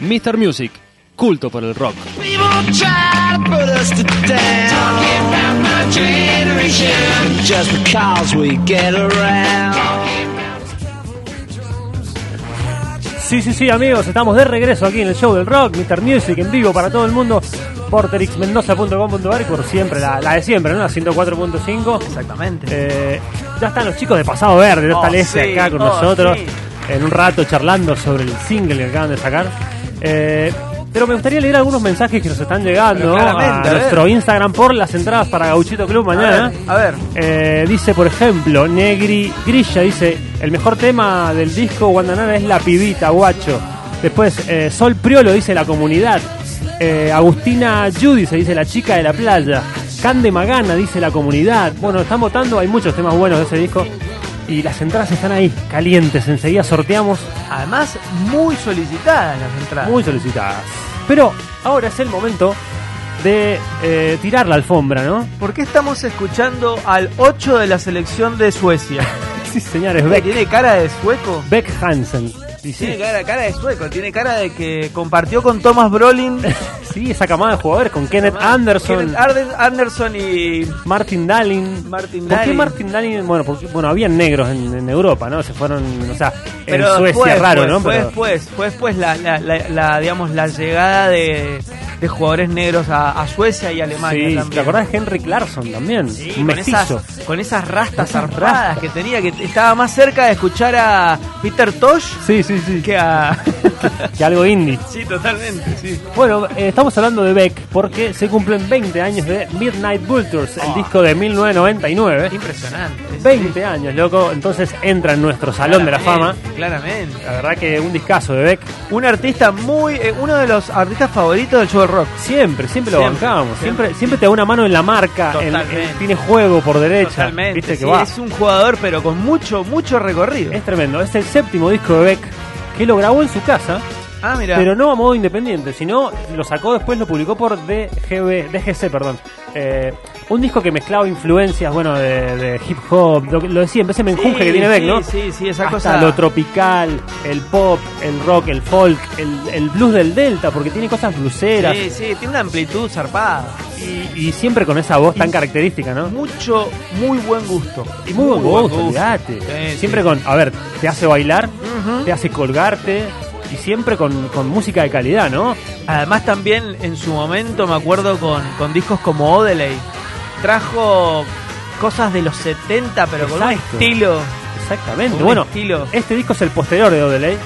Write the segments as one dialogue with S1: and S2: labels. S1: Mr. Music, culto por el rock.
S2: People try to put us to down. Talking about my generation. Just because we get around.
S3: Sí, sí, sí, amigos, estamos de regreso aquí en el show del rock, Mr. Music, en vivo para todo el mundo, por terixmendoza.com.ar y por siempre, la, la de siempre, ¿no? La 104.5.
S4: Exactamente.
S3: Eh, ya están los chicos de Pasado Verde, ya
S4: Oh,
S3: está Leslie
S4: sí,
S3: acá con
S4: oh,
S3: nosotros,
S4: sí.
S3: en un rato charlando sobre el single que acaban de sacar. Eh, pero me gustaría leer algunos mensajes que nos están llegando
S4: Pero claramente,
S3: a
S4: a ver.
S3: nuestro Instagram por las entradas para Gauchito Club mañana.
S4: A ver, a ver.
S3: Eh, dice, por ejemplo, Negri Grilla dice, el mejor tema del disco Guandanara es La Pibita, guacho. Después, eh, Sol Priolo dice La Comunidad. Eh, Agustina Judice dice La Chica de la Playa. Cande Magana dice La Comunidad. Bueno, están votando, hay muchos temas buenos de ese disco. Y las entradas están ahí, calientes. Enseguida sorteamos
S4: Además, muy solicitadas las entradas.
S3: muy solicitadas. Pero ahora es el momento de eh, tirar la alfombra, ¿no?
S4: ¿Por qué estamos escuchando al 8 de la selección de Suecia?
S3: Sí, señores, Beck,
S4: ¿Tiene cara de sueco?
S3: Beck Hansen. Y sí,
S4: Tiene cara, cara de sueco, tiene cara de que compartió con Thomas Brolin,
S3: Sí, esa camada de jugadores con Kenneth Anderson,
S4: Kenneth Arden- Anderson y
S3: Martin Dallin.
S4: Martin
S3: ¿Por qué
S4: Dallin.
S3: Martin Dallin? Bueno, porque, bueno habían negros en, en Europa, ¿no? Se fueron, o sea, en
S4: Pero
S3: Suecia,
S4: después,
S3: raro,
S4: pues,
S3: ¿no?
S4: Fue
S3: Pero-
S4: después, fue después la, la, la- la, digamos, la llegada de, de jugadores negros a, a Suecia y Alemania
S3: sí,
S4: también.
S3: ¿te acordás de Henry Clarkson también?
S4: Sí,
S3: un
S4: con
S3: mestizo.
S4: esas, con esas rastas
S3: Esas
S4: zarpadas
S3: rastas.
S4: que tenía, que estaba más cerca de escuchar a Peter Tosh
S3: Sí, sí, sí.
S4: que a...
S3: Que algo indie.
S4: sí, totalmente, sí.
S3: Bueno, eh, estamos hablando de Beck porque se cumplen 20 años de Midnight Vultures,
S4: Ah.
S3: el disco de 1999.
S4: Impresionante.
S3: 20 años, loco. Entonces entra en nuestro salón de la fama.
S4: Claramente, Claramente.
S3: La verdad que un discazo de Beck.
S4: Un artista muy... eh, uno de los artistas favoritos del show del rock.
S3: Siempre, siempre lo
S4: Siempre,
S3: bancábamos. Siempre,
S4: siempre.
S3: siempre te da una mano en la marca. en-
S4: Totalmente.
S3: en- tiene juego por derecha.
S4: Totalmente.
S3: Viste que
S4: sí,
S3: va.
S4: Es un jugador, pero con mucho, mucho recorrido.
S3: Es tremendo. Es el séptimo disco de Beck que lo grabó en su casa,
S4: Ah, mira.
S3: pero no a modo independiente, sino lo sacó después, lo publicó por DGB, DGC, perdón. Eh, un disco que mezclaba influencias, bueno, de, de hip hop, lo, que- lo decía, empecé me enjunje que tiene Beck,
S4: sí,
S3: ¿no?
S4: Sí, sí, esa
S3: Hasta
S4: cosa.
S3: lo tropical, el pop, el rock, el folk, el, el blues del delta, porque tiene cosas bluseras
S4: Sí, sí, tiene una amplitud zarpada.
S3: y, y siempre con esa voz tan característica, ¿no?
S4: Mucho, muy buen gusto.
S3: Y muy, buen gusto, olvidate.
S4: Sí,
S3: siempre
S4: sí.
S3: con, a ver, te hace bailar,
S4: Ujú.
S3: te hace colgarte y siempre con, con música de calidad, ¿no?
S4: Además también en su momento me acuerdo con, con discos como Odelay. Trajo cosas de los 70 pero con un
S3: Exacto.
S4: estilo.
S3: Exactamente.
S4: Un
S3: bueno,
S4: estilo.
S3: este disco es el posterior de Odelay,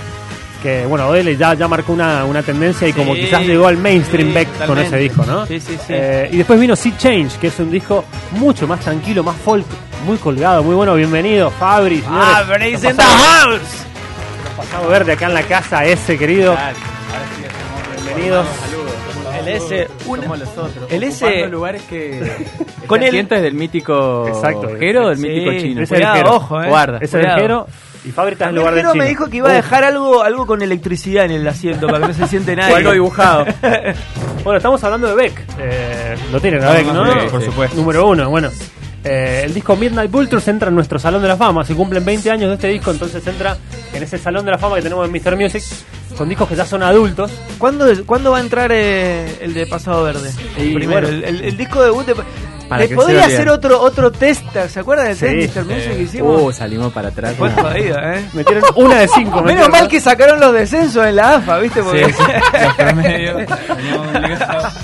S3: que bueno, Odelay ya, ya marcó una, una tendencia y
S4: Sí,
S3: como quizás llegó al mainstream
S4: sí,
S3: Beck con
S4: totalmente.
S3: ese disco, ¿no?
S4: Sí, sí, sí.
S3: Eh, y después vino Sea Change, que es un disco mucho más tranquilo, más folk, muy colgado, muy bueno. Bienvenido, Fabri. señores.
S4: Ah, Brace
S3: Nos
S4: in the
S3: pasamos-
S4: house.
S3: pasamos verde acá en la casa ese, querido. Bienvenidos.
S4: El S,
S5: Somos los otros.
S4: el ese-
S5: Ocupando lugares que.
S4: Con
S5: Con
S4: el-
S5: el. del mítico.
S3: Exacto.
S5: Jero o del
S4: Sí,
S5: mítico chino.
S3: Oh, ese es el
S4: Cuidado,
S3: Jero.
S4: ojo, eh.
S5: Guarda.
S3: Es el
S4: Cuidado.
S3: Jero y Fabri está en el
S4: También
S3: lugar de
S4: Jero
S3: Chino.
S4: me dijo que iba a
S3: Uh,
S4: dejar algo, algo con electricidad en el asiento para que no se siente nadie.
S5: O algo dibujado.
S3: Bueno, estamos hablando de Beck. Eh, lo tienen a Beck, ¿no?
S5: Sí, por supuesto.
S3: Número uno, bueno. Eh, el disco Midnight Vultures entra en nuestro Salón de la Fama. Se cumplen 20 años de este disco, entonces entra en ese Salón de la Fama que tenemos en Mr. Music. Son discos que ya son adultos.
S4: ¿Cuándo, es- ¿Cuándo va a entrar eh, el de Pasado Verde?
S3: Y
S4: Primero,
S3: bueno.
S4: el, el- el disco debut de...
S5: Para
S4: Le
S5: que se
S4: podría
S5: olviden.
S4: hacer otro otro test, ¿se acuerdan del
S3: Sí.
S4: test Mr. Music que hicimos?
S5: Uh, salimos para atrás.
S4: Fue
S5: ¿no?
S4: jodida, ¿eh?
S3: Metieron una de cinco.
S4: Menos
S3: metieron,
S4: mal
S3: ¿no?
S4: que sacaron los descensos en la AFA, ¿viste?
S5: Sí,
S4: Porque
S5: sí. Los promedios, veníamos obligados.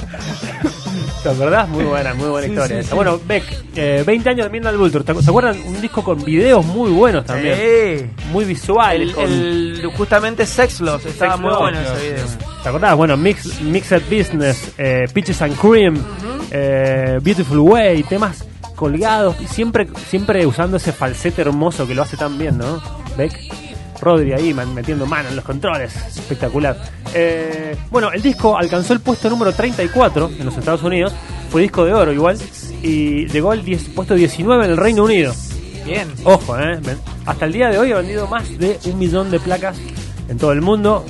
S3: ¿Te acordás? Muy buena, muy buena historia. esa. Bueno, Beck, eh, 20 años de Midnight Vultures. ¿Te acu- ¿Se acuerdan? Un disco con videos muy buenos también.
S4: Sí.
S3: Muy visuales.
S4: El-
S3: con-
S4: el- justamente Sex Loss, estaba
S3: Sex
S4: muy
S3: Loss.
S4: bueno ese video.
S3: ¿Te acordás? Bueno, Mix- Mixed Business, eh, Peaches and Cream, eh, Beautiful Way, temas colgados, y siempre, siempre usando ese falsete hermoso que lo hace tan bien, ¿no? Beck. Rodri ahí man- metiendo mano en los controles, espectacular. Eh, bueno, el disco alcanzó el puesto número 34 en los Estados Unidos, fue disco de oro igual, y llegó al 10 puesto 19 en el Reino Unido.
S4: Bien.
S3: Ojo, ¿eh? Ven- Hasta el día de hoy ha vendido más de un millón de placas en todo el mundo.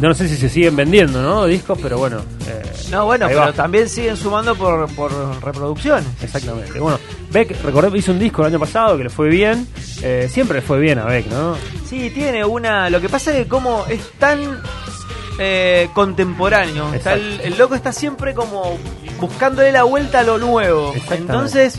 S3: No sé si se siguen vendiendo, ¿no? Discos, pero bueno. eh,
S4: No, bueno,
S3: ahí
S4: pero
S3: va.
S4: también siguen sumando por, por reproducciones.
S3: Exactamente. Bueno, Beck, recordé que hizo un disco el año pasado que le fue bien. Eh, siempre le fue bien a Beck, ¿no?
S4: Sí, tiene una. Lo que pasa es que como es tan eh, contemporáneo. Está el, el loco está siempre como buscándole la vuelta a lo nuevo.
S3: Exactamente.
S4: Entonces,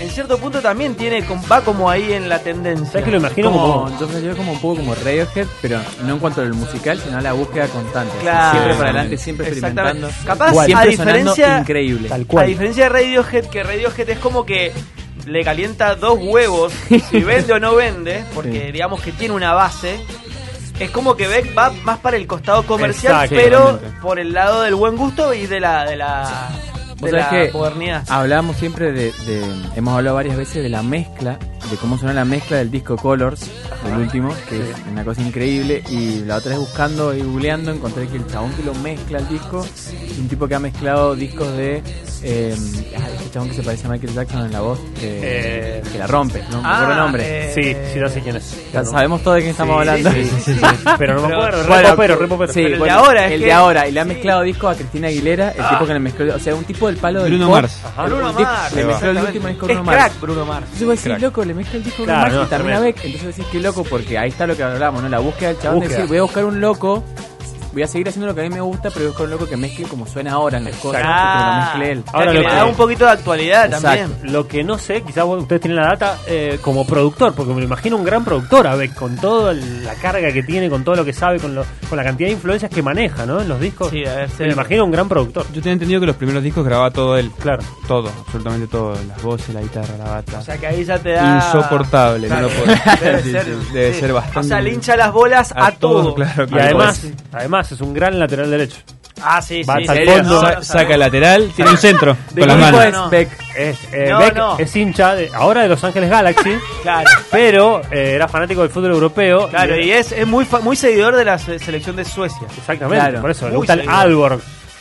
S4: en cierto punto también tiene com- va como ahí en la tendencia.
S3: ¿Sabes que lo imagino
S5: Como,
S3: como.?
S5: yo me llevo como un poco como Radiohead, pero no en cuanto al musical, sino a la búsqueda constante.
S4: Claro.
S5: Siempre para adelante, siempre
S4: Exactamente.
S5: experimentando.
S4: Capaz,
S5: siempre
S4: a diferencia-
S5: sonando increíble.
S3: Tal
S4: A
S3: cual.
S4: diferencia de Radiohead, que Radiohead es como que le calienta dos huevos si vende o no vende, porque
S5: Sí.
S4: digamos que tiene una base. Es como que Beck va más para el costado comercial,
S5: Exacto.
S4: pero
S5: Exactamente.
S4: por el lado del buen gusto y de la de la, de
S5: Vos
S4: la
S5: sabés que
S4: modernidad.
S5: Hablábamos siempre de, de- Hemos hablado varias veces de la mezcla, de cómo suena la mezcla del disco Colors, el último, que es una cosa increíble. Y la otra es buscando y googleando, encontré que el chabón que lo mezcla el disco es un tipo que ha mezclado discos de. Eh, ay, este chabón que se parece a Michael Jackson en la voz, eh, que la rompe, no me acuerdo el nombre.
S4: eh,
S3: Sí, sí, no sé quién es.
S5: Ya sabemos todo de quién estamos
S4: sí,
S5: hablando.
S4: sí, sí, sí.
S3: Pero no me
S4: Pero-
S3: acuerdo. Re
S5: Bueno,
S3: popero, re popero.
S5: Sí,
S4: Pero el
S5: bueno,
S4: de ahora es
S5: el
S4: que-
S5: de ahora. Y le ha
S4: sí.
S5: mezclado disco a Cristina Aguilera, el tipo que le mezcló. O sea, un tipo del palo del
S6: Bruno
S5: pop.
S6: Mars.
S5: El
S4: Bruno
S5: último-
S4: Mars.
S5: Le mezcló el
S4: exactamente.
S5: último disco de
S4: es
S5: Bruno Mars.
S4: crack Bruno Mars.
S5: Entonces vos decís,
S6: Crack.
S5: loco, le mezcla el disco de Bruno
S3: Claro,
S5: Mars
S3: no,
S5: y termina
S3: tremendo.
S5: Beck. Entonces vos decís, qué loco, porque ahí está lo que hablábamos, ¿no? La búsqueda del chabón de
S3: Búsqueda.
S5: decir, voy a buscar un loco, voy a seguir haciendo lo que a mí me gusta, pero voy a buscar un loco que mezcle como suena ahora en las cosas,
S4: Ah,
S5: que lo mezcle él.
S4: Ahora
S3: Ahora
S4: que
S3: lo
S4: le
S3: que-
S4: da un poquito de actualidad
S5: Exacto.
S4: también.
S3: Lo que no sé, quizás vos- ustedes tienen la data, eh, como productor, porque me lo imagino un gran productor, a ver, con toda la carga que tiene, con todo lo que sabe, con, lo- con la cantidad de influencias que maneja, ¿no? En los discos.
S4: Sí, a ver, sí.
S3: Me lo imagino un gran productor.
S6: Yo tenía entendido que los primeros discos grababa todo él.
S3: Claro.
S6: Todo, absolutamente todo. Las voces, la guitarra, la bata.
S4: O sea que ahí ya te da.
S6: Insoportable, no lo puedo-
S4: Debe
S6: Sí,
S4: ser,
S6: sí, debe
S4: sí.
S6: ser bastante-
S4: O sea, le hincha las bolas a,
S6: a todo,
S4: todo.
S6: claro,
S3: Y
S6: claro.
S3: además,
S4: Sí.
S3: además es un gran lateral derecho.
S4: Ah, sí,
S3: Va
S4: sí.
S3: hasta el
S4: sí,
S3: fondo.
S4: no,
S6: Sa-
S4: no
S6: saca
S4: sabemos.
S6: lateral, tiene un centro con las
S5: El tipo
S6: manos.
S5: es
S4: no.
S5: Beck.
S3: Es, eh,
S4: No,
S3: Beck
S4: no.
S3: es hincha de, ahora de Los Ángeles Galaxy,
S4: Claro.
S3: pero eh, era fanático del fútbol europeo.
S4: Claro, y es, es muy, fa- muy seguidor de la se- selección de Suecia.
S3: Exactamente,
S5: Claro.
S3: por eso. Le
S4: Muy
S3: gusta el
S4: seguidor.
S3: Alborg.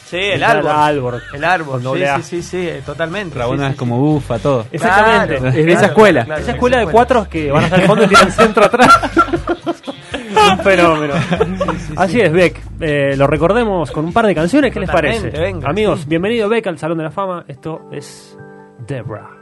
S4: Sí, el
S3: Le gusta el
S4: árbol.
S3: Aalborg.
S4: El árbol,
S3: Con
S4: sí,
S3: doble A.
S4: sí, sí, sí, eh, totalmente.
S6: Rabona
S4: sí,
S6: es
S4: sí,
S6: como bufa, todo.
S4: sí.
S3: Exactamente.
S4: Claro,
S5: Es de esa
S4: claro,
S5: escuela.
S4: claro,
S3: Esa escuela de cuatros que van hasta el fondo y tienen centro atrás. un fenómeno. Así es, Beck. Eh, lo recordemos con un par de canciones. ¿Qué les
S4: Totalmente,
S3: parece?
S4: venga.
S3: Amigos, bienvenido Beck al Salón de la Fama. Esto es Debra.